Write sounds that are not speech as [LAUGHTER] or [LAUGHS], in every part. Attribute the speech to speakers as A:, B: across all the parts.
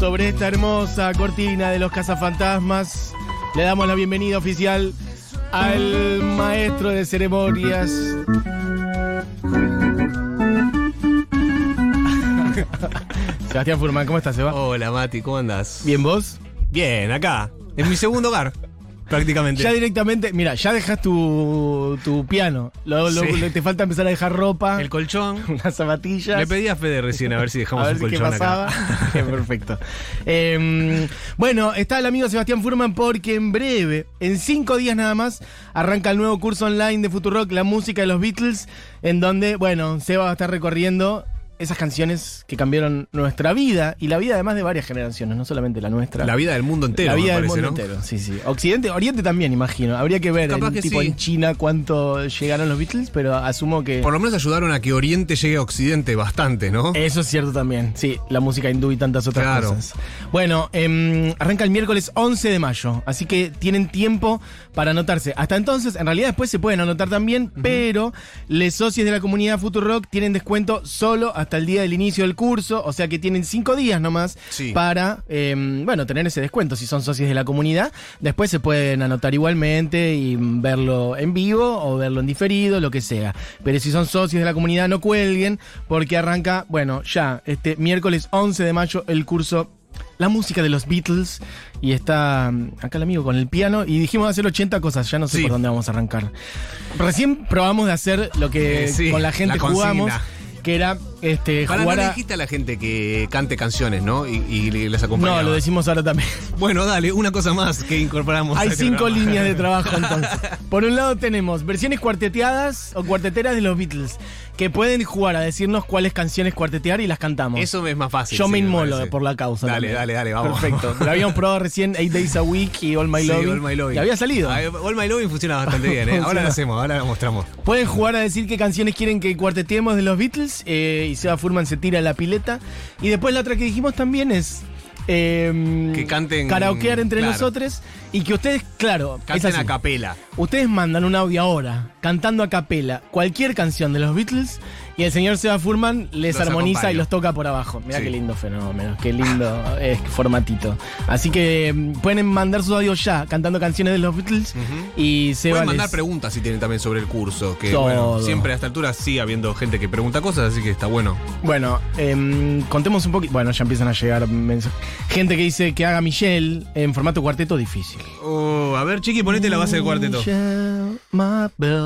A: por esta hermosa cortina de los cazafantasmas. Le damos la bienvenida oficial al maestro de ceremonias. [LAUGHS] Sebastián Furman, ¿cómo estás, Seba?
B: Hola Mati, ¿cómo andás?
A: Bien, vos.
B: Bien, acá. En mi
A: [LAUGHS]
B: segundo hogar, prácticamente.
A: Ya directamente, mira, ya dejas tu, tu piano. Lo- lo-
B: Sí.
A: lo- te falta empezar a dejar ropa,
B: El colchón.
A: unas zapatillas.
B: Le pedí a Fede recién a ver si dejamos
A: A ver
B: un
A: si qué
B: colchón
A: pasaba. [LAUGHS]
B: acá. [LAUGHS]
A: Bien, Perfecto. Eh, bueno, está el amigo Sebastián Furman porque en breve, en cinco días nada más, arranca el nuevo curso online de Futurock, la música de los Beatles, en donde, bueno, Seba va a estar recorriendo esas canciones que cambiaron nuestra vida y la vida además de varias generaciones, no solamente la nuestra.
B: La vida del mundo entero.
A: La vida
B: me
A: del
B: parece,
A: mundo
B: ¿no?
A: entero, sí, sí. Occidente, Oriente también, imagino. Habría que ver,
B: Capaz
A: en-
B: que
A: tipo
B: sí.
A: en China, cuánto llegaron los Beatles, pero asumo que...
B: Por lo menos ayudaron a que Oriente llegue a Occidente bastante, ¿no?
A: Eso es cierto también. Sí, la música hindú y tantas otras
B: Claro.
A: cosas. Bueno, em, arranca el miércoles 11 de mayo, así que tienen tiempo para anotarse. Hasta entonces, en realidad después se pueden anotar también, pero los socios de la comunidad Futurock tienen descuento solo hasta el día del inicio del curso, o sea que tienen cinco días nomás
B: Sí.
A: para, em, bueno, tener ese descuento si son socios de la comunidad. Después se pueden anotar igualmente y mm, verlo en vivo o verlo en diferido, lo que sea. Pero si son socios de la comunidad, no cuelguen, porque arranca, bueno, ya, este miércoles 11 de mayo, el curso La música de los Beatles. Y está mm, acá el amigo con el piano. Y dijimos hacer 80 cosas, ya no sé
B: Sí.
A: por dónde vamos a arrancar. Recién probamos de hacer lo que
B: Eh, sí,
A: con la gente
B: la consigna.
A: jugamos, que era este,
B: Para no
A: jugar
B: le
A: a.
B: dijiste a la gente que cante canciones, ¿no? Y, y les acompañaba.
A: No, lo decimos ahora también.
B: Bueno, dale, una cosa más que incorporamos. a
A: Hay
B: este
A: cinco
B: programa.
A: líneas de
B: [LAUGHS]
A: trabajo entonces. Por un lado tenemos versiones cuarteteadas o cuarteteras de los Beatles, que pueden jugar a decirnos cuáles canciones cuartetear y las cantamos.
B: Eso me es más fácil.
A: Yo
B: sí,
A: me inmolo
B: parece.
A: por la causa.
B: Dale,
A: también.
B: dale, dale, vamos.
A: Perfecto.
B: [LAUGHS]
A: Lo habíamos probado recién Eight Days a Week y All My
B: Sí,
A: Loving.
B: All My Loving.
A: Y había salido.
B: Ah, All My Loving funciona bastante
A: [LAUGHS]
B: bien, ¿eh? Ahora
A: Funciona.
B: lo hacemos, ahora lo mostramos.
A: Pueden jugar a decir qué canciones quieren que cuarteteemos de los Beatles eh, y Seba Furman se tira a la pileta. Y después la otra que dijimos también es... eh,
B: Que canten-
A: Karaokear entre
B: claro.
A: nosotros y que ustedes, claro, es
B: Canten
A: así.
B: a capela.
A: Ustedes mandan un audio ahora, cantando a capela, cualquier canción de los Beatles, y el señor Seba Furman les
B: Los
A: armoniza
B: acompaña.
A: y los toca por abajo. Mirá
B: Sí.
A: qué lindo fenómeno, qué lindo [LAUGHS] eh, formatito. Así que mm, pueden mandar sus audios ya, cantando canciones de los Beatles, y Seba
B: Pueden mandar
A: les-
B: preguntas si tienen también sobre el curso, que
A: Todo.
B: bueno, siempre a esta altura sigue habiendo gente que pregunta cosas, así que está bueno.
A: Bueno, em, contemos un poquito. Bueno, ya empiezan a llegar mensajes. Gente que dice que haga Michelle en formato cuarteto difícil.
B: Oh, a ver, Chiqui, ponete la base del cuarteto.
A: Michelle, my bell.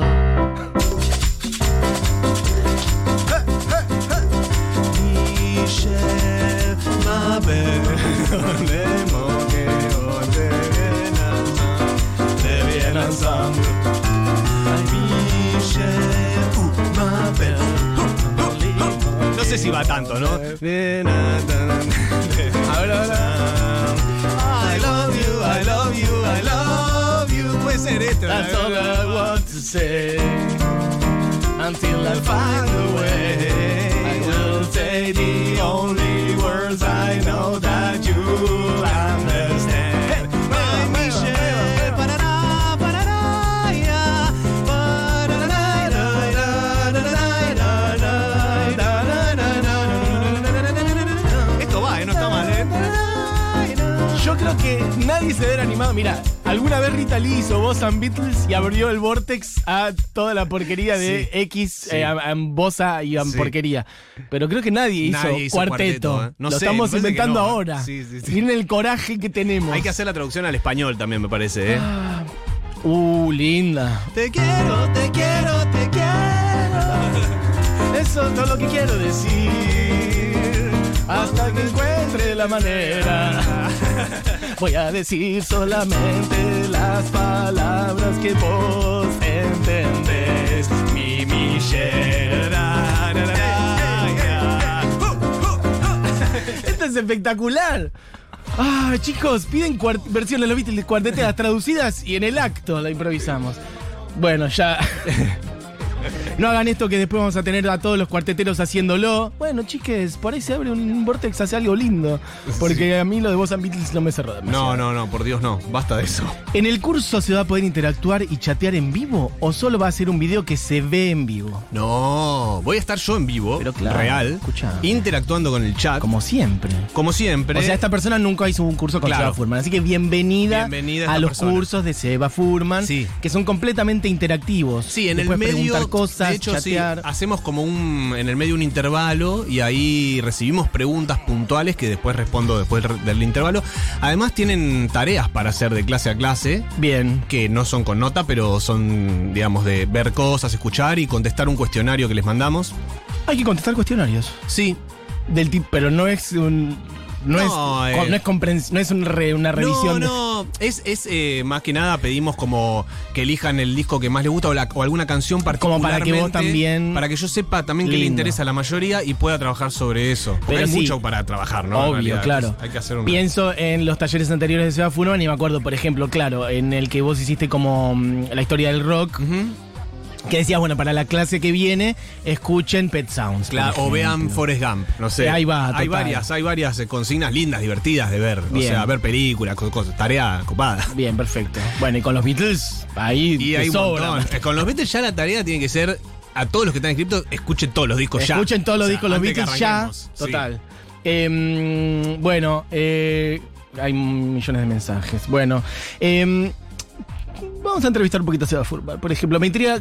B: No sé si va tanto, ¿no?
A: A ver, a ver, a ver.
B: I love you, I love you, I love you. Puede ser este, esto.
A: That's all I want to say. Until I find a way, I will say the only words I know that you understand. My Michelle, parará, parará, ya. Parará, da, da, da, da, da, da, da, da, da.
B: Esto va, ¿eh? No está mal, ¿eh?
A: Yo creo que nadie se ve animado. Mira, alguna vez Rita Lee hizo Boss and Beatles y abrió el Vortex a toda la porquería de
B: Sí,
A: X,
B: sí.
A: eh, a, a Bossa y a
B: Sí.
A: porquería. Pero creo que nadie hizo,
B: Nadie hizo
A: cuarteto.
B: cuarteto, ¿eh? No
A: Lo
B: sé,
A: estamos
B: me parece que
A: inventando
B: no.
A: ahora.
B: Sí, sí, sí.
A: Miren el coraje que tenemos.
B: Hay que hacer la traducción al español también, me parece, ¿eh?
A: Uh, linda.
B: Te quiero, te quiero, te quiero.
A: Eso es todo lo que quiero decir. Hasta que encuentre la manera. Voy a decir solamente las palabras que vos entendés. Mi Michelle. ra, ra, ra, ra, ra. Esto es espectacular. Ah, chicos, piden cuart- versiones de los Beatles cuarteteadas traducidas y en el acto la improvisamos. Bueno, ya. [LAUGHS] No hagan esto que después vamos a tener a todos los cuarteteros haciéndolo. Bueno, chiques, por ahí se abre un, un vortex hacia algo lindo. Porque a mí lo de Vos and Beatles no me cerró demasiado.
B: No, no, no, por Dios no. Basta de eso.
A: ¿En el curso se va a poder interactuar y chatear en vivo? ¿O solo va a ser un video que se ve en vivo?
B: No, voy a estar yo en vivo,
A: Pero claro,
B: real,
A: escuchá.
B: interactuando con el chat, como,
A: Como siempre.
B: siempre.
A: O sea, esta persona nunca hizo un curso con
B: Claro.
A: Seba Furman. Así que bienvenida,
B: Bienvenida
A: a
B: esta
A: los
B: persona.
A: cursos de Seba Furman,
B: Sí.
A: que son completamente interactivos.
B: Sí, en
A: Le
B: el
A: puedes
B: medio.
A: preguntar cosas,
B: de hecho,
A: chatear.
B: sí. Hacemos como un. En el medio un intervalo y ahí recibimos preguntas puntuales que después respondo después del- del intervalo. Además, tienen tareas para hacer de clase a clase
A: Bien.
B: que no son con nota, pero son, digamos, de ver cosas, escuchar y contestar un cuestionario que les mandamos.
A: Hay que contestar cuestionarios.
B: Sí.
A: Del tipo, pero no es un. No,
B: No,
A: es,
B: eh.
A: no es comprens- no es un re- una revisión. de-
B: No, no, es, es eh, más que nada pedimos como que elijan el disco que más les gusta o, la- o alguna canción
A: Como
B: particularmente.
A: para que vos también-
B: Para que yo sepa también que le
A: Lindo.
B: interesa a la mayoría y pueda trabajar sobre eso. Porque
A: Pero
B: hay
A: sí.
B: mucho para trabajar, ¿no? En
A: Obvio,
B: realidad,
A: claro.
B: entonces Hay que hacer un...
A: Pienso en los talleres anteriores de Seba Furman y me acuerdo, por ejemplo, claro, en el que vos hiciste como mm, la historia del rock, que decías, bueno, para la clase que viene, escuchen Pet Sounds. por
B: o
A: ejemplo.
B: vean Forrest Gump, no sé.
A: Eh, ahí va,
B: Hay
A: total.
B: varias, hay varias eh, consignas lindas, divertidas de ver.
A: Bien.
B: O sea, ver películas, co- cosas, tarea copada.
A: Bien, perfecto. Bueno, y con los Beatles, ahí
B: Y
A: te
B: hay un
A: sobra.
B: montón. Eh, Con los Beatles ya la tarea tiene que ser a todos los que están inscritos, escuchen todos los discos ya.
A: Escuchen todos los
B: O sea,
A: discos, los
B: antes que
A: Beatles ya.
B: arranquemos. Sí.
A: Total. Em, bueno, eh, hay millones de mensajes. Bueno, em, vamos a entrevistar un poquito a Seba Furman. Por ejemplo, me intriga.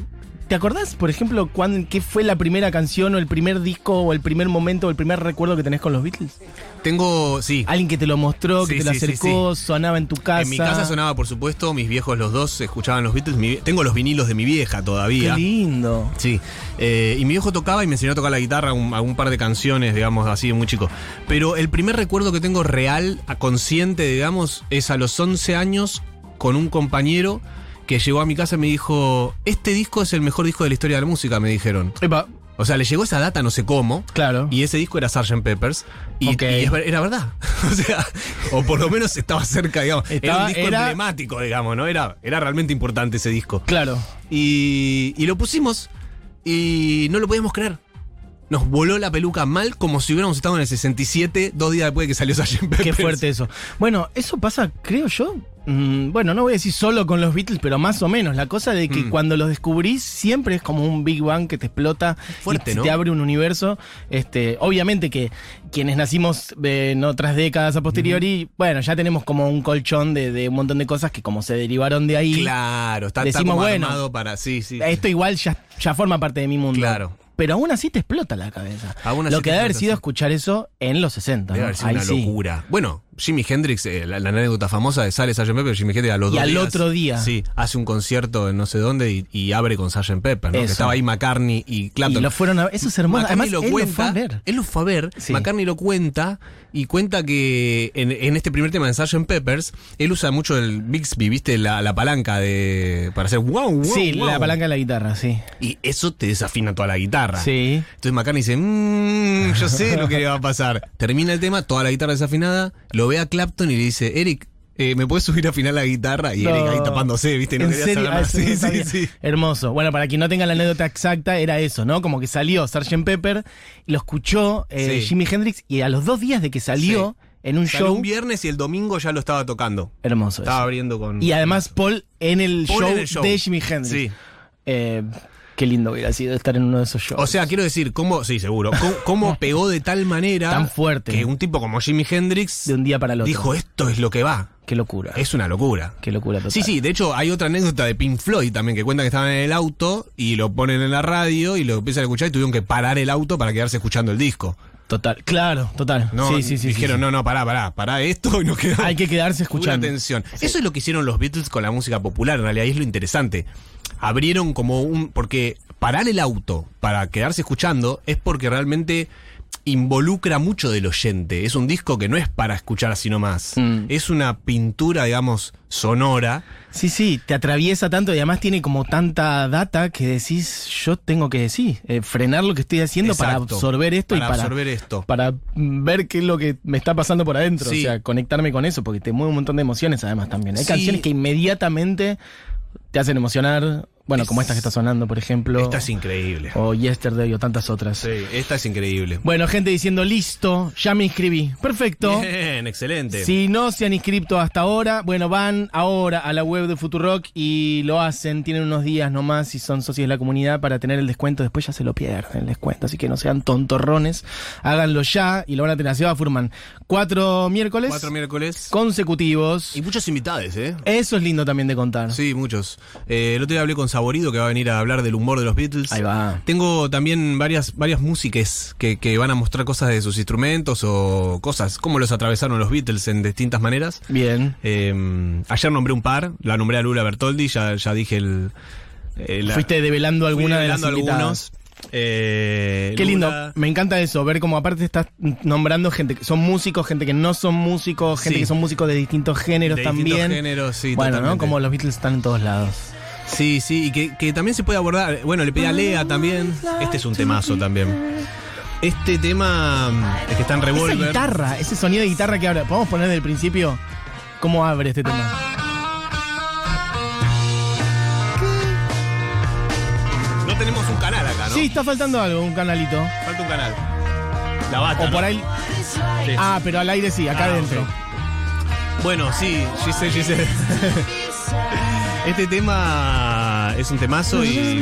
A: ¿Te acordás, por ejemplo, cuán, qué fue la primera canción o el primer disco o el primer momento o el primer recuerdo que tenés con los Beatles?
B: Tengo, sí.
A: Alguien que te lo mostró, que
B: Sí,
A: te lo
B: sí, sí,
A: acercó, sonaba en tu casa.
B: En mi casa sonaba, por supuesto, mis viejos los dos escuchaban los Beatles. Mi vie- tengo los vinilos de mi vieja
A: Qué
B: todavía.
A: lindo.
B: Sí, Eh, y mi viejo tocaba y me enseñó a tocar la guitarra un, a un par de canciones, digamos, así de muy chico. Pero el primer recuerdo que tengo real, a- consciente, digamos, es a los 11 años con un compañero que llegó a mi casa y me dijo, este disco es el mejor disco de la historia de la música, me dijeron.
A: Epa,
B: O sea, le llegó esa data, no sé cómo.
A: claro.
B: Y ese disco era Sgt. Peppers. Y,
A: Ok.
B: y es ver- era verdad. [LAUGHS] o sea, o por lo menos estaba cerca, digamos. era
A: Estaba-
B: un disco
A: era-
B: emblemático, digamos, ¿no? Era, era realmente importante ese disco.
A: Claro.
B: Y, y lo pusimos y no lo podíamos creer. Nos voló la peluca mal como si hubiéramos estado en el 67, dos días después de que salió Sgt. Peppers.
A: Qué fuerte eso. Bueno, eso pasa, creo yo. mm, bueno, no voy a decir solo con los Beatles, pero más o menos. La cosa de que
B: Mm.
A: cuando los descubrís siempre es como un Big Bang que te explota.
B: Fuerte,
A: y
B: ¿no?
A: Te abre un universo. Este, obviamente que quienes nacimos eh, en otras décadas a posteriori, bueno, ya tenemos como un colchón de, de un montón de cosas que como se derivaron de ahí.
B: Claro, está, está
A: Decimos,
B: como
A: bueno, este
B: armado para. Sí, sí. sí.
A: Esto igual ya, ya forma parte de mi mundo.
B: Claro.
A: Pero aún así te explota la cabeza.
B: Aún así
A: Lo
B: te
A: que debe haber
B: explota,
A: sido
B: sí.
A: escuchar eso en los 60.
B: Debe
A: ¿no?
B: haber sido
A: Ahí
B: una
A: sí.
B: locura. Bueno, Jimi Hendrix, eh, la, la anécdota famosa de sale Sgt. Pepper, Jimi Hendrix a los
A: Y
B: dos
A: al
B: días,
A: otro día.
B: Sí, hace un concierto en no sé dónde y, y abre con Sgt. Pepper, ¿no? Que
A: Eso.
B: estaba ahí McCartney y
A: Y
B: Clapton.
A: lo fueron a Eso es hermoso.
B: McCartney
A: Además,
B: lo
A: él
B: cuenta,
A: lo fue a ver.
B: él lo fue a ver,
A: Sí.
B: McCartney lo cuenta y cuenta que en, en este primer tema de Sgt. Peppers, él usa mucho el Bixby, ¿viste? La, la palanca de para hacer wow, wow.
A: sí,
B: wow.
A: la palanca de la guitarra, sí.
B: Y eso te desafina toda la guitarra.
A: Sí.
B: Entonces McCartney dice, "Mm, yo sé lo que le va a pasar. Termina el tema, toda la guitarra desafinada, lo ve a Clapton y le dice, Eric, eh, ¿me puedes subir a afinar la guitarra? Y
A: No.
B: Eric ahí tapándose, ¿viste? No
A: ¿En
B: quería
A: serio?
B: saber
A: Ah,
B: nada.
A: eso no
B: Sí, sí,
A: sabía.
B: sí.
A: Hermoso. Bueno, para quien no tenga la anécdota exacta, era eso, ¿no? Como que salió Sgt. Pepper, lo escuchó eh,
B: Sí.
A: Jimi Hendrix y a los dos días de que salió en un
B: Salió
A: show.
B: un viernes y el domingo ya lo estaba tocando.
A: Hermoso. eso.
B: Estaba abriendo con...
A: Y además Paul en el,
B: Paul
A: show,
B: en el show.
A: de Jimi Hendrix.
B: Sí.
A: Eh, qué lindo hubiera sido estar en uno de esos shows.
B: O sea, quiero decir, cómo, sí, seguro, cómo,
A: [LAUGHS]
B: cómo pegó de tal manera
A: Tan fuerte.
B: que un tipo como Jimi Hendrix
A: de un día para el otro.
B: dijo esto es lo que va.
A: qué locura.
B: Es una locura.
A: Qué locura total.
B: Sí, sí, de hecho hay otra anécdota de Pink Floyd también que cuenta que estaban en el auto y lo ponen en la radio y lo empiezan a escuchar y tuvieron que parar el auto para quedarse escuchando el disco.
A: Total. Claro, total.
B: No,
A: sí, sí, sí.
B: dijeron,
A: sí, sí.
B: no, no, pará, pará, pará esto y nos quedamos.
A: Hay que quedarse
B: Mucha
A: escuchando.
B: atención. Eso es lo que hicieron los Beatles con la música popular, en realidad, y es lo interesante. Abrieron como un. Porque parar el auto para quedarse escuchando es porque realmente involucra mucho del oyente. Es un disco que no es para escuchar así nomás.
A: Mm.
B: Es una pintura, digamos, sonora.
A: Sí, sí, te atraviesa tanto y además tiene como tanta data que decís, yo tengo que decir, eh, frenar lo que estoy haciendo para
B: Exacto.
A: absorber esto
B: Para
A: y para,
B: absorber esto.
A: para ver qué es lo que me está pasando por adentro,
B: Sí.
A: o sea, conectarme con eso, porque te mueve un montón de emociones además también. Hay
B: Sí.
A: canciones que inmediatamente te hacen emocionar Bueno, como esta que está sonando, por ejemplo.
B: Esta es increíble.
A: O Yesterday o tantas otras.
B: Sí, esta es increíble.
A: Bueno, gente diciendo, listo, ya me inscribí. Perfecto.
B: Bien, excelente.
A: Si no se han inscrito hasta ahora, bueno, van ahora a la web de Futurock y lo hacen. Tienen unos días nomás si son socios de la comunidad para tener el descuento. Después ya se lo pierden el descuento. Así que no sean tontorrones. Háganlo ya y lo van a tener. Así va, Furman. Cuatro miércoles
B: Cuatro miércoles.
A: consecutivos.
B: Y muchos invitados, ¿eh?
A: Eso es lindo también de contar.
B: Sí, muchos. Eh, el otro día hablé con Saborido, que va a venir a hablar del humor de los Beatles.
A: Ahí va.
B: Tengo también varias, varias músicas que, que van a mostrar cosas de sus instrumentos o cosas, cómo los atravesaron los Beatles en distintas maneras.
A: Bien.
B: Eh, ayer nombré un par, la nombré a Lula Bertoldi, ya, ya dije el... eh, la-
A: Fuiste develando
B: fui
A: alguna de las
B: revelando
A: invitadas.
B: algunos. Eh,
A: Qué lindo,
B: Lula-
A: me encanta eso, ver cómo aparte estás nombrando gente que son músicos, gente que no son músicos, gente
B: Sí.
A: que son músicos de distintos géneros
B: De
A: también.
B: distintos géneros, sí,
A: bueno, ¿no?
B: totalmente.
A: Como los Beatles están en todos lados.
B: Sí, sí, y que, que también se puede abordar. Bueno, le pedí a Lea también. Este es un temazo también. Este tema mm, es que está en Revolver.
A: Esa guitarra, ese sonido de guitarra que ahora, ¿podemos poner del principio? ¿Cómo abre este tema?
B: No tenemos un canal acá, ¿no?
A: Sí, está faltando algo, un canalito.
B: Falta un canal. La bata.
A: O por
B: ¿no?
A: ahí.
B: Sí.
A: Ah, pero al aire sí, acá
B: Ah,
A: adentro.
B: Bueno, sí, Gise, Gise. [LAUGHS] Este tema es un temazo y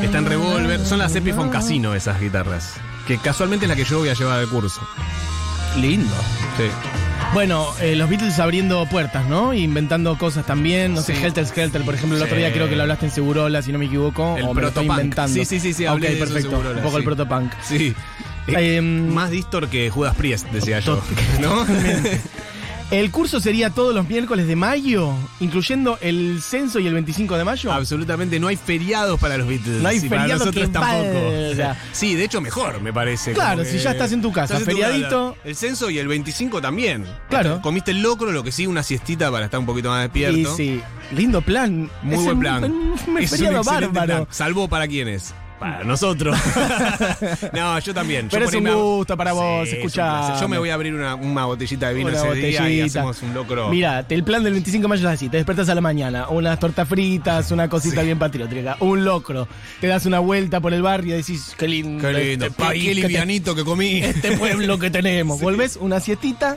B: está en Revolver. Son las Epiphone Casino esas guitarras. Que casualmente es la que yo voy a llevar al curso.
A: Lindo.
B: Sí.
A: Bueno, eh, los Beatles abriendo puertas, ¿no? Inventando cosas también. No sé,
B: Sí.
A: Helter Skelter, por ejemplo, el
B: Sí.
A: otro día creo que lo hablaste en Segurola, si no me equivoco.
B: El
A: o me lo estoy
B: protopunk.
A: inventando.
B: Sí, sí, sí, sí,
A: Ok,
B: hablé de eso en
A: perfecto.
B: Segurola,
A: un poco el
B: sí.
A: protopunk.
B: Sí.
A: Eh,
B: más Distor que Judas Priest, decía yo. ¿No?
A: [LAUGHS] El curso sería todos los miércoles de mayo, incluyendo el censo y el 25 de mayo.
B: Ah, Absolutamente, no hay feriados para los Beatles.
A: No hay
B: y para
A: feriado
B: nosotros
A: que
B: tampoco.
A: valga.
B: [LAUGHS] Sí, de hecho mejor, me parece.
A: Claro,
B: como
A: si ya estás en tu casa, feriadito.
B: El censo y el 25 también. Este,
A: Claro.
B: Comiste el locro, lo que sí, una siestita para estar un poquito más despierto.
A: Y sí, lindo plan.
B: Muy
A: Es
B: buen
A: un-
B: plan.
A: Un, un
B: Es un
A: feriado
B: excelente
A: bárbaro.
B: plan. Salvo para quienes. Para
A: [LAUGHS]
B: nosotros. no, yo también. Yo
A: Pero
B: por
A: es
B: ahí
A: un
B: me hago-
A: gusto para vos,
B: es un
A: escuchame.
B: placer. Yo me voy a abrir una, una botellita de vino ese día y hacemos un locro.
A: Mira, el plan del 25 de mayo es así: te despertas a la mañana, unas tortas fritas, una cosita bien patriótica, un locro. Te das una vuelta por el barrio y decís, qué lindo.
B: Qué lindo.
A: este
B: país,
A: país
B: qué
A: que te-
B: livianito que comí. [LAUGHS]
A: este pueblo que tenemos.
B: Sí.
A: Volvés una siestita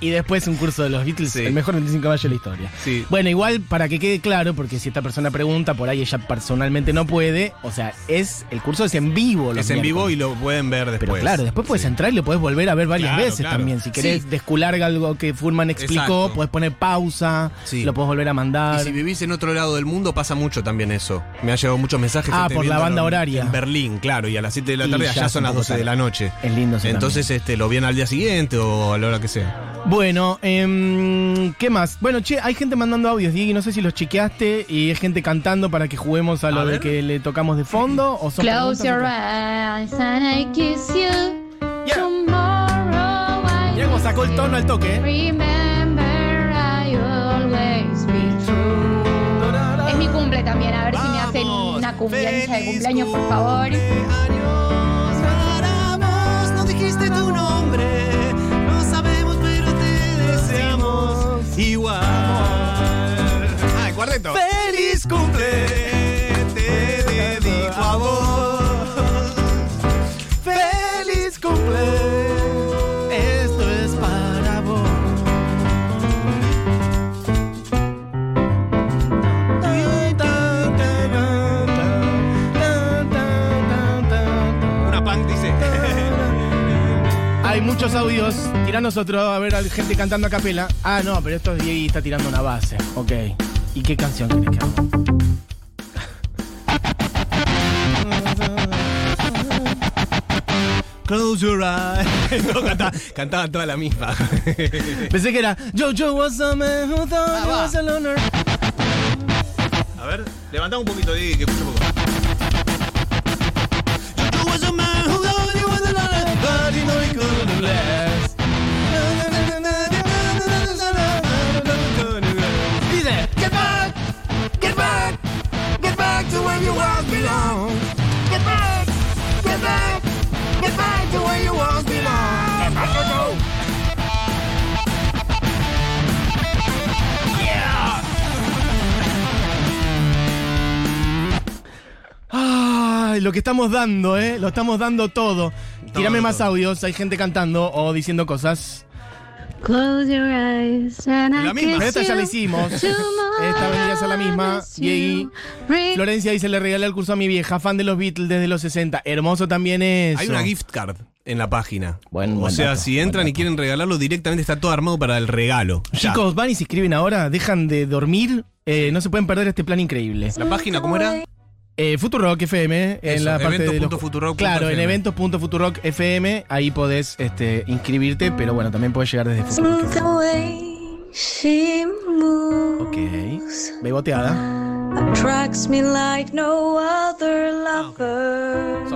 A: y después un curso de los Beatles,
B: Sí.
A: el mejor 25 de mayo de la historia.
B: Sí.
A: Bueno, igual para que quede claro, porque si esta persona pregunta, por ahí ella personalmente no puede, o sea, es el curso es en vivo. los
B: Es en vivo
A: miércoles.
B: y lo pueden ver después.
A: Pero claro, después puedes entrar y lo puedes volver a ver varias
B: Claro,
A: veces
B: claro.
A: también. Si querés
B: Sí.
A: descular algo que Furman explicó,
B: Exacto.
A: puedes poner pausa,
B: Sí.
A: lo puedes volver a
B: Y
A: mandar.
B: si vivís en otro lado del mundo pasa mucho también eso. Me ha llegado muchos mensajes.
A: Ah,
B: gente
A: por la
B: viéndolo
A: banda horaria.
B: En Berlín, claro, y a las 7 de la
A: Y
B: tarde
A: ya
B: allá
A: es
B: son
A: un
B: las
A: poco
B: 12 de la
A: tarde.
B: noche.
A: Es lindo eso
B: Entonces este lo vienen al día siguiente o a la hora que sea.
A: Bueno, em, ¿qué más? Bueno, che, hay gente mandando audios, Diego, no sé si los chequeaste y hay gente cantando para que juguemos a lo
B: A
A: de
B: ver.
A: que le tocamos de fondo o son
C: Close
A: preguntas
C: your
A: o qué.
C: eyes and I kiss you.
A: Yeah.
C: Tomorrow I
A: Mirá cómo sacó el tono al toque. eh.
C: remember I always be true. Es mi cumple también, a ver si me hacen
B: Vamos,
C: una cumbia de
B: feliz
C: cumpleaños, por favor.
D: Cumpleaños para vos, no dijiste tu nombre, no sabemos pero te deseamos
B: Igual. Ah, el cuarteto.
D: feliz cumple, te dedico a vos, feliz cumple, esto es para vos.
B: Una punk dice.
A: Hay muchos audios. Tiranos otro, a ver, hay gente cantando a capela. Ah, no, pero esto es Diego está tirando una base. Ok. ¿Y qué canción querés que haga?
B: Close your eyes. [LAUGHS] No, canta- cantaban toda la misma.
A: Pensé que era Jojo was a man who thought he
B: Ah, va.
A: was a loner.
B: A ver, levantamos un poquito, Didi, que escucho un poco.
A: Dice,
D: Get back, get back, get back to where you once belong. Get back, get back, get back to where you once belong.
A: lo que estamos dando, ¿eh? Lo estamos dando todo. Tírame
B: dando
A: más
B: todo.
A: audios, hay gente cantando o diciendo cosas.
C: Close your eyes and I
B: La
A: Pero
B: misma.
C: kiss
A: esta ya la
C: you. [LAUGHS]
A: hicimos. Esta vendría a ser la misma.
C: Tomorrow
A: Diegui.
C: is you.
A: Florencia dice, le regalé el curso a mi vieja, fan de los Beatles desde los 60. Hermoso también es.
B: Hay una gift card en la página.
A: Buen-
B: o
A: buen
B: sea,
A: dato,
B: si
A: buen
B: entran y
A: dato.
B: quieren regalarlo, directamente está todo armado para el regalo. Ya.
A: Chicos, van y se escriben ahora, dejan de dormir, eh, no se pueden perder este plan increíble.
B: la página, ¿cómo era?
A: Eh, Futurock FM, en
B: Eso,
A: la parte de los-
B: eventos.futurock.fm.
A: Claro, en eventos.futurock FM, ahí podés este, inscribirte, pero bueno, también podés llegar desde Futurock.
E: Smooth
A: FM.
E: away, she
A: Ok.
E: moves.
A: Beboteada.
E: Attracts me like no other
A: Ah,
E: lover.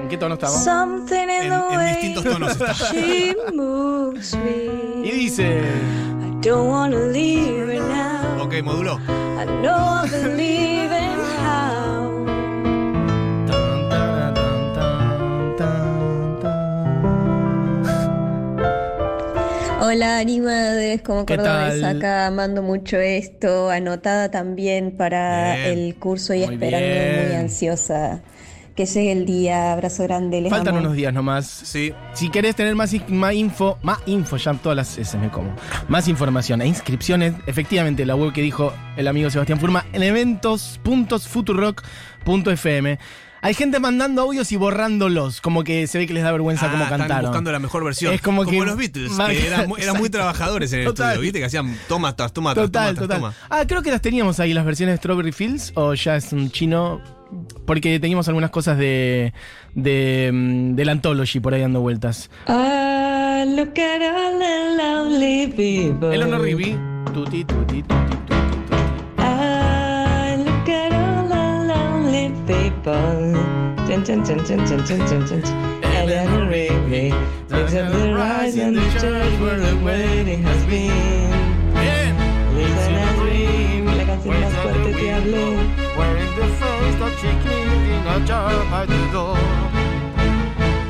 A: ¿En qué tono estaba?
E: Something in
B: En,
E: the
B: en distintos
E: way
B: tonos está.
E: she moves
A: Y
E: me.
A: dice.
E: I don't wanna leave her now.
B: Ok, moduló.
E: I know I believe in how.
A: Tan, tan, tan, tan, tan, tan.
F: Hola animades, como
A: ¿Qué
F: Cordobés
A: tal?
F: acá amando mucho esto, anotada también para
B: Bien,
F: el curso y
A: muy
F: esperando muy
A: bien.
F: ansiosa que llegue el día, abrazo grande, les
A: Faltan
F: amo.
A: unos días nomás.
B: Sí.
A: Si querés tener más, in- más info, más info, ya todas las S me como. Más información e inscripciones, efectivamente, la web que dijo el amigo Sebastián Furma, en eventos.futurock.fm. Hay gente mandando audios y borrándolos, como que se ve que les da vergüenza
B: Ah,
A: como
B: están
A: cantaron.
B: buscando la mejor versión.
A: Es como que-
B: los Beatles,
A: Mar-
B: que eran, mu- eran
A: [LAUGHS]
B: muy
A: Exacto.
B: trabajadores en el
A: Total.
B: estudio, ¿viste? Que hacían toma, tras toma, tras
A: Total,
B: toma, tras
A: total.
B: toma.
A: Ah, creo que las teníamos ahí, las versiones de Strawberry Fields, o ya es un chino. Porque teníamos algunas cosas de, de, mm, del Anthology por ahí dando vueltas.
E: I Uh, look at all the lovely people.
A: Eleanor Rigby. Tuti, tuti, tuti, tuti, tuti.
E: I Uh, look at all the lonely people. Dun, dun, dun, dun, dun, dun, dun, dun. Eleanor Rigby lives up the rise and the church where the wedding has been.
A: Bien.
E: Lives in a dream, la canción más fuerte que hablé.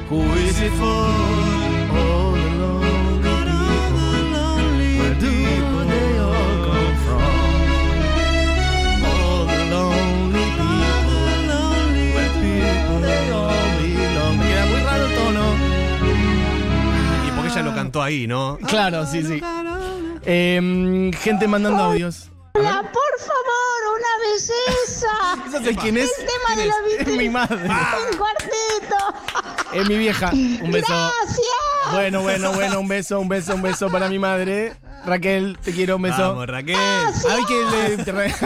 A: Who is it for? All the lonely people. Where do they all come from? All the lonely people. Where people they all belong. Me queda muy raro el tono.
B: Y porque ella lo cantó ahí, ¿no?
A: [LAUGHS] Claro, sí, sí. Em, gente mandando audios.
G: Hola, por favor, una
A: [LAUGHS]
G: belleza.
A: ¿Sabes quién es?
G: El
B: Ah,
G: tema de los
A: Es
G: Beatles.
A: mi
G: [LAUGHS]
A: madre.
G: Un cuartito.
A: Es mi vieja. Un beso.
G: Gracias.
A: Bueno, bueno, bueno, un beso, un beso, un beso para mi madre. Raquel, te quiero, un beso.
B: Vamos, Raquel.
A: Ay, que le- te re- [LAUGHS]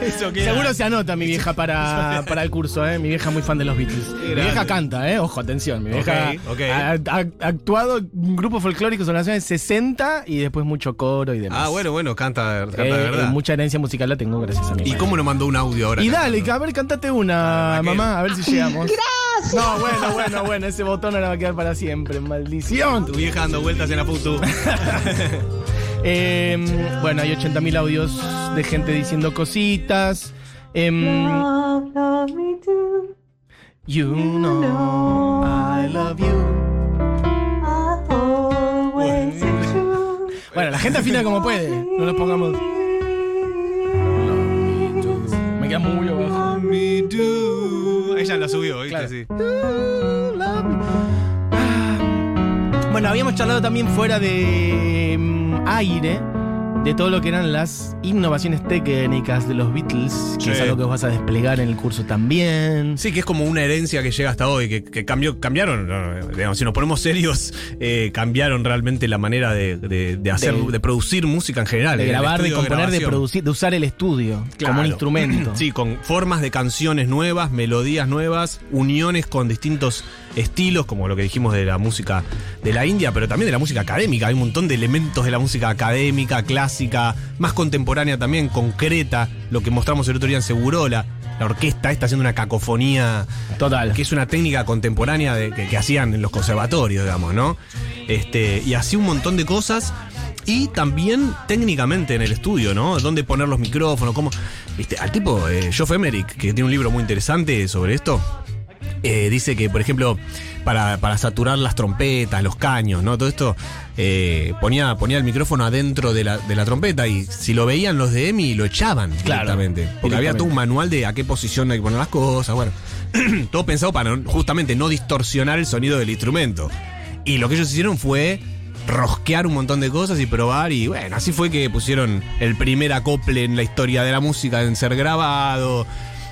B: Eso queda.
A: Ah, Seguro se anota mi vieja
B: [LAUGHS]
A: para, para el curso, ¿eh? Mi vieja muy fan de los Beatles. Mi
B: grande.
A: vieja canta, ¿eh? Ojo, atención. Mi vieja
B: Ok, ok.
A: ha, ha- ha actuado en grupos folclóricos en los años 60 y después mucho coro y demás.
B: Ah, bueno, bueno, canta, canta
A: Eh,
B: de verdad.
A: Mucha herencia musical la tengo gracias a mi
B: ¿Y
A: madre.
B: cómo Ah, lo mandó un audio ahora?
A: Y
B: acá?
A: dale, a ver, cantate una,
B: Raquel.
A: mamá, a ver si llegamos.
G: Gracias.
A: No, bueno, bueno, bueno, ese botón ahora va a quedar para siempre, maldición.
B: Tu vieja dando vueltas en la putu.
A: Eh, bueno, hay 80.000 audios de gente diciendo cositas. Em,
E: Love, love me too.
A: you know I love you.
E: I always true.
A: Bueno, la gente afina como puede. No nos pongamos. Me queda muy abajo.
B: Me do. Ella lo subió, ¿viste?
A: Claro.
B: Sí.
A: Bueno, habíamos charlado también fuera de mm, aire de todo lo que eran las innovaciones técnicas de los Beatles, que es
B: Sí.
A: algo que vas a desplegar en el curso también.
B: Sí, que es como una herencia que llega hasta hoy, que, que cambió, cambiaron, no, no, digamos, si nos ponemos serios, eh, cambiaron realmente la manera de, de- de hacer,
A: Del-
B: de producir música en general.
A: De
B: el
A: grabar, de
B: estudio
A: componer, de,
B: grabación.
A: producir, de usar el estudio
B: Claro.
A: como un instrumento.
B: [CLEARS THROAT] Sí, con formas de canciones nuevas, melodías nuevas, uniones con distintos estilos, como lo que dijimos de la música de la India, pero también de la música académica. Hay un montón de elementos de la música académica, clásica, más contemporánea también, concreta. Lo que mostramos el otro día en Segurola, la orquesta está haciendo una cacofonía
A: Total.
B: que es una técnica contemporánea de- que, que hacían en los conservatorios, digamos, ¿no? Este, y así un montón de cosas. Y también técnicamente en el estudio, ¿no? Dónde poner los micrófonos, cómo. Viste, al tipo eh, Geoff Emerick, que tiene un libro muy interesante sobre esto, eh, dice que, por ejemplo, para, para saturar las trompetas, los caños, ¿no? Todo esto eh, ponía, ponía el micrófono adentro de la, de la trompeta y si lo veían los de EMI lo echaban
A: Claro,
B: directamente. Porque había
A: directamente.
B: todo un manual de a qué posición hay que poner las cosas, bueno. [CLEARS THROAT] todo pensado para no- justamente no distorsionar el sonido del instrumento. Y lo que ellos hicieron fue rosquear un montón de cosas y probar y bueno, así fue que pusieron el primer acople en la historia de la música en ser grabado.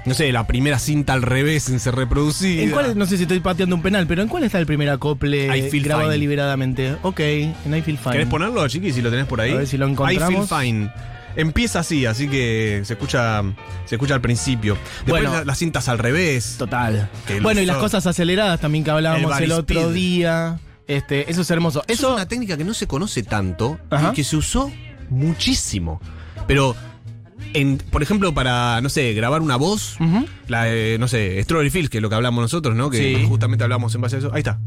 B: No sé, la primera cinta al revés en ser reproducida.
A: ¿En cuál, no sé si estoy pateando un penal, pero ¿en cuál está el primer
B: I
A: acople
B: feel
A: grabado
B: fine.
A: deliberadamente? Ok, en I Feel Fine.
B: ¿Querés ponerlo, chiqui, si lo tenés por ahí?
A: A ver si lo
B: I
A: encontramos.
B: feel fine. Empieza así, así que se escucha, se escucha al principio. Después
A: Bueno.
B: la- las cintas al revés.
A: Total.
B: Que lo
A: Bueno, y
B: usó.
A: las cosas aceleradas también que hablábamos
B: El
A: el, otro
B: Varispeed.
A: día. Este, eso es hermoso.
B: Eso es
A: Eso,
B: una técnica que no se conoce tanto
A: Ajá.
B: y que se usó muchísimo. Pero, en, por ejemplo, para, no sé, grabar una voz,
A: Ujú.
B: la de, no sé, Strawberry Fields, que es lo que hablamos nosotros, ¿no? Que
A: Sí.
B: justamente hablamos en base a eso. Ahí está.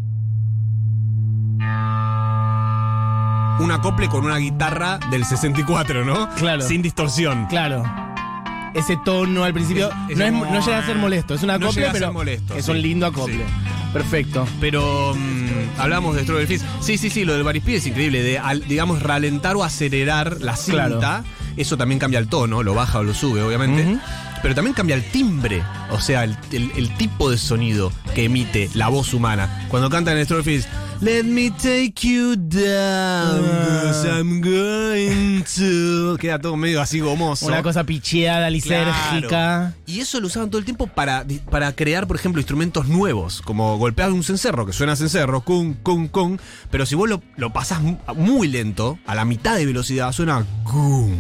B: Un acople con una guitarra del 64, ¿no?
A: Claro.
B: Sin distorsión.
A: claro. Ese tono al principio
B: Es- es
A: no, es,
B: como-
A: no llega a ser molesto. Es un
B: No
A: acople,
B: llega a ser
A: pero
B: molesto,
A: es
B: sí.
A: un lindo acople.
B: Sí.
A: Perfecto.
B: Pero mm, hablamos de Strawberry Fields. Sí, sí, sí, lo del Barispeed es increíble. De, al- digamos, ralentar o acelerar la cinta.
A: Claro.
B: Eso también cambia el tono, lo baja o lo sube, obviamente.
A: Ujú.
B: Pero también cambia el timbre, o sea, el, el- el tipo de sonido que emite la voz humana. Cuando cantan en Strawberry Fields, Let me take you down,
A: Ah.
B: 'cause I'm going to. Queda todo medio así gomoso.
A: Una cosa picheada,
B: Claro.
A: lisérgica.
B: Y eso lo usaban todo el tiempo para, di- para crear, por ejemplo, instrumentos nuevos, como golpear un cencerro, que suena a cencerro, cum, cum, cum, pero si vos lo, lo pasás mu- muy lento, a la mitad de velocidad, suena cum.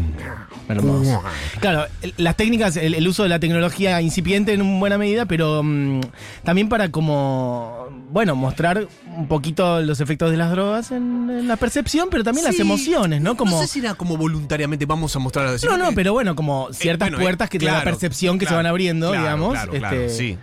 A: Hermoso. Claro, el- las técnicas, el, el uso de la tecnología incipiente en un- buena medida, pero mm, también para como, bueno, mostrar un poquito los efectos de las drogas en, en la percepción, pero también las
B: Sí.
A: emociones, ¿no? Como,
B: No sé si era como voluntariamente vamos a mostrar a decir.
A: no, no,
B: que-
A: pero bueno, como ciertas
B: Eh, bueno, eh,
A: puertas que de la
B: claro,
A: percepción que se
B: claro,
A: van abriendo,
B: claro,
A: digamos.
B: Claro, claro,
A: este,
B: sí.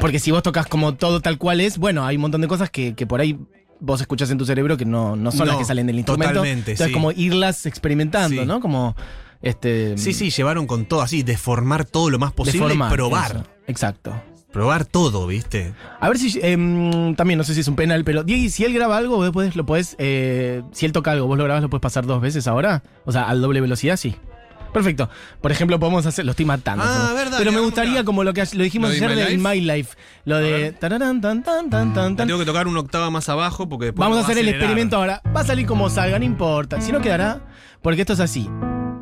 A: Porque si vos tocas como todo tal cual es, bueno, hay un montón de cosas que, que por ahí vos escuchás en tu cerebro que no, no son las
B: No,
A: que salen del instrumento.
B: totalmente,
A: Entonces,
B: sí.
A: como irlas experimentando,
B: Sí.
A: ¿no? Como, este...
B: Sí, sí, llevaron con todo así, deformar todo lo más posible,
A: deformar,
B: y probar.
A: eso. Exacto.
B: Probar todo, ¿viste?
A: A ver si. em, también no sé si es un penal, pero Diego, si él graba algo, vos podés- lo podés. eh, si él toca algo, vos lo grabás, lo puedes pasar dos veces ahora. O sea, al doble velocidad, sí. Perfecto. Por ejemplo, podemos hacer. Lo estoy matando.
B: Ah,
A: ¿no?
B: verdad,
A: Pero me
B: digamos,
A: gustaría,
B: claro.
A: como lo que lo dijimos
B: ¿Lo de
A: ayer
B: My
A: de In My
B: Life? Mm,
A: Life. Lo de. tararán, tan, tan, tan, tan, tan.
B: Tengo que tocar una octava más abajo porque después.
A: Vamos
B: lo
A: a
B: va
A: hacer el
B: acelerar.
A: experimento ahora. Va a salir como salga, no importa. Si no quedará, porque esto es así.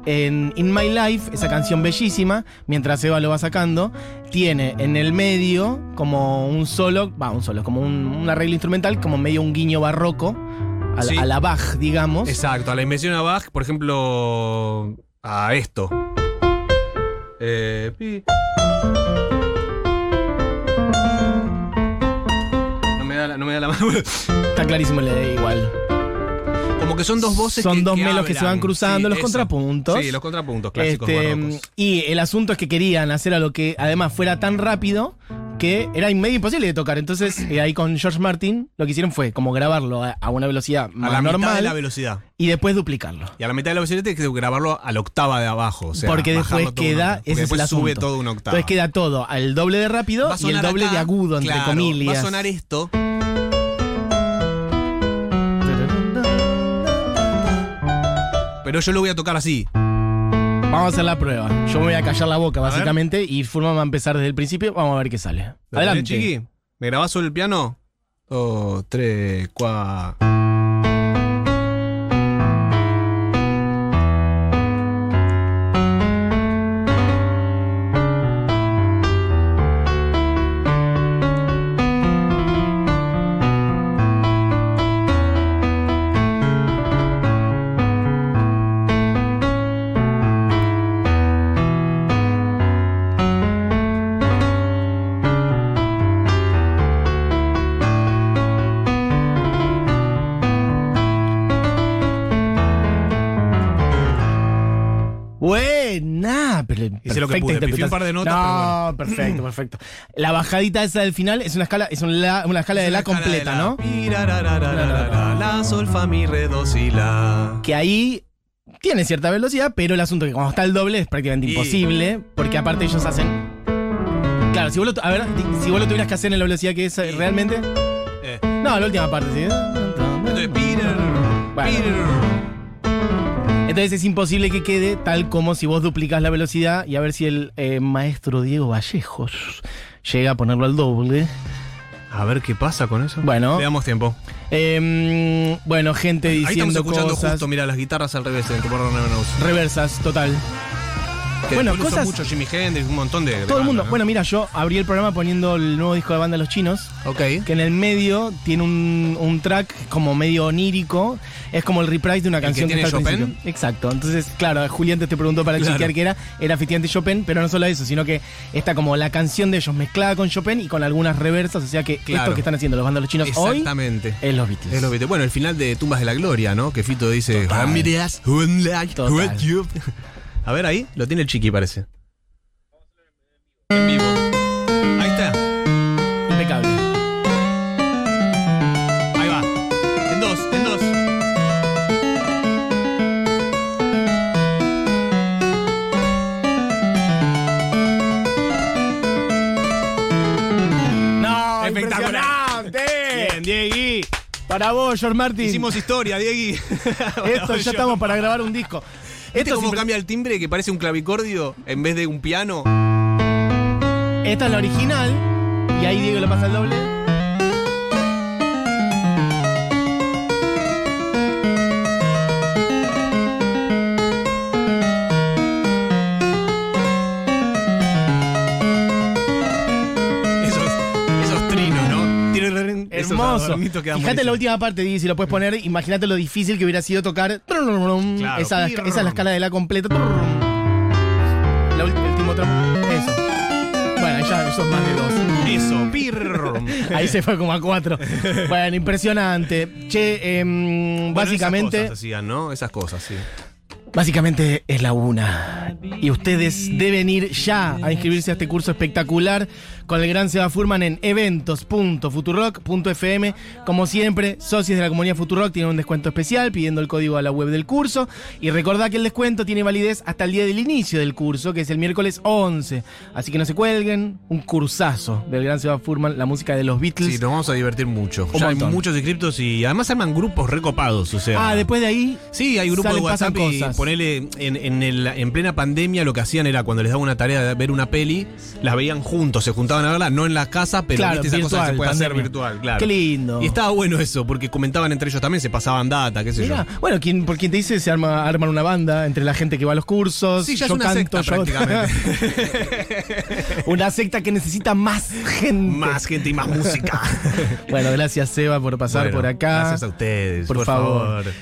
A: En In My Life, esa canción bellísima, mientras Eva lo va sacando, tiene en el medio como un solo, va, un solo, como un, un arreglo instrumental, como medio un guiño barroco, a, la-
B: Sí.
A: a la Bach, digamos.
B: Exacto, a la invención a Bach, por ejemplo, a esto. Eh, pi. No me da la, no me da la mano.
A: Está clarísimo, le da igual.
B: Como que son dos voces
A: Son
B: que-
A: dos
B: que
A: melos que se
B: hablan.
A: van cruzando, los
B: eso.
A: contrapuntos.
B: Sí, los contrapuntos clásicos
A: Este,
B: barrocos.
A: y el asunto es que querían hacer algo que además fuera tan rápido que era medio imposible de tocar. Entonces eh, ahí con George Martin lo que hicieron fue como grabarlo a, a una velocidad
B: A
A: más
B: la mitad de
A: normal
B: la velocidad.
A: y después duplicarlo.
B: Y a la mitad de la velocidad tienes que grabarlo a la octava de abajo. o sea,
A: porque después
B: bajarlo todo una
A: queda,
B: octava. Porque
A: ese es
B: después
A: el asunto.
B: sube todo una octava.
A: Entonces queda todo al doble de rápido
B: Va a
A: y el
B: sonar
A: doble
B: acá,
A: de agudo, entre
B: claro,
A: comillas.
B: Va a sonar esto. Pero yo lo voy a tocar así.
A: Vamos a hacer la prueba. Yo me voy a callar la boca,
B: ver.
A: básicamente, y Furman va a empezar desde el principio. Vamos a ver qué sale.
B: ¿Lo
A: Adelante.
B: tenés, Chiqui? ¿Me grabás sobre el piano? Dos, tres, cuatro.
A: Buena, pero
B: lo que
A: perfecta
B: pude, pifié un
A: interpretación.
B: par de notas,
A: No,
B: [CLEARS THROAT]
A: perfecto, perfecto. La bajadita esa del final es una escala, es un la- una escala de la completa, ¿no?
B: La, la, sol, fa, mi, re, do, si, la.
A: Que ahí tiene cierta velocidad, pero el asunto es que cuando está el doble es prácticamente
B: Y-
A: imposible, porque aparte ellos hacen. Claro, si vos lo, tu- a ver, di- si vos lo tuvieras que hacer en la velocidad que es eh,
B: Y-
A: realmente.
B: Eh,
A: No, la última parte, sí.
B: entonces, pi, ra, ra, ra.
A: Entonces es imposible que quede tal como si vos duplicas la velocidad y a ver si el eh, maestro Diego Vallejos llega a ponerlo al doble.
B: A ver qué pasa con eso.
A: Bueno.
B: Le damos tiempo.
A: Em, bueno, gente
B: Ahí estamos
A: diciendo
B: escuchando
A: cosas.
B: justo, mira, las guitarras al revés en tu Border Never Knows.
A: Reversas, total.
B: Que
A: Bueno,
B: después lo usó
A: cosas-
B: mucho Jimi Hendrix, un montón de. de
A: Todo el
B: bandas,
A: mundo.
B: ¿no?
A: Bueno, mira, yo abrí el programa poniendo el nuevo disco de banda Los Chinos.
B: Ok.
A: que en el medio tiene un, un track como medio onírico. Es como el reprise de una
B: ¿El
A: canción
B: que tiene
A: está al
B: Chopin?
A: principio. Exacto. Entonces, claro, Julián te preguntó para
B: Claro.
A: chequear qué era. Era efectivamente Chopin, pero no solo eso, sino que está como la canción de ellos mezclada con Chopin y con algunas reversas. O sea que
B: Claro.
A: esto que están haciendo los bandos los chinos hoy
B: Exactamente.
A: es los Beatles.
B: Es lo que te- Bueno, el final de Tumbas de la Gloria, ¿no? Que Fito dice.
A: Total.
B: "Ramírez, Juan Lai,
A: Total.
B: Juan Yu". A ver ahí, lo tiene el chiqui, parece. En vivo. Ahí está.
A: Impecable.
B: Ahí va. En dos, en dos.
A: ¡No!
B: ¡Espectacular!
A: impresionante.
B: Bien, Diegui.
A: Para vos, George Martin.
B: Eh. Hicimos historia, Diegui. [LAUGHS]
A: esto, ya estamos para grabar un disco.
B: ¿Viste
A: Esto es
B: cómo
A: impre-
B: cambia el timbre que parece un clavicordio en vez de un piano?
A: Esta es la original. Y ahí Diego le pasa el doble.
B: Esos, esos trinos, ¿no? Tiene- esos
A: Hermoso.
B: adornitos quedan
A: Fíjate la
B: buenísimos.
A: última parte, Di, si lo puedes poner. Imagínate lo difícil que hubiera sido tocar.
B: Claro.
A: Esa, esa es la escala de la completa. La ul- el último tramo. Eso. Bueno, ya eso es más de
B: [LAUGHS]
A: dos.
B: Eso,
A: [LAUGHS]
B: pirr.
A: Ahí se fue como a cuatro. Bueno, impresionante. Che, em,
B: Bueno,
A: básicamente.
B: Esas cosas hacían, ¿no? Esas cosas, sí.
A: Básicamente es la una. Y ustedes deben ir ya a inscribirse a este curso espectacular con el gran Seba Furman en eventos.futurock.fm. Como siempre, socios de la comunidad Futurock tienen un descuento especial pidiendo el código a la web del curso. Y recordad que el descuento tiene validez hasta el día del inicio del curso, que es el miércoles 11. Así que no se cuelguen. Un cursazo del gran Seba Furman, la música de los Beatles.
B: Sí, nos vamos a divertir mucho.
A: Un
B: ya hay
A: montón.
B: muchos inscriptos y además se arman grupos recopados, o sea.
A: Ah, después de ahí.
B: Sí, hay grupos de
A: salen, pasan
B: WhatsApp y
A: cosas.
B: ponele en, en el- en plena pandemia lo que hacían era cuando les daban una tarea de ver una peli, las veían juntos, se juntaban a verla, no en la casa, pero
A: Claro,
B: viste esa cosa
A: virtual,
B: que se puede hacer
A: pandemia.
B: virtual, claro.
A: Qué lindo.
B: Y estaba bueno eso, porque comentaban entre ellos también, se pasaban data, qué sé
A: Mirá,
B: yo.
A: bueno, quien, por quien te dice, se arma, arman una banda entre la gente que va a los cursos.
B: Sí, ya
A: yo
B: es una
A: canto,
B: secta
A: yo-
B: prácticamente.
A: [LAUGHS] una secta que necesita más gente.
B: más gente y más música.
A: Bueno, gracias, Seba, por pasar
B: Bueno,
A: por acá.
B: Gracias a ustedes.
A: Por
B: Por,
A: favor.
B: favor.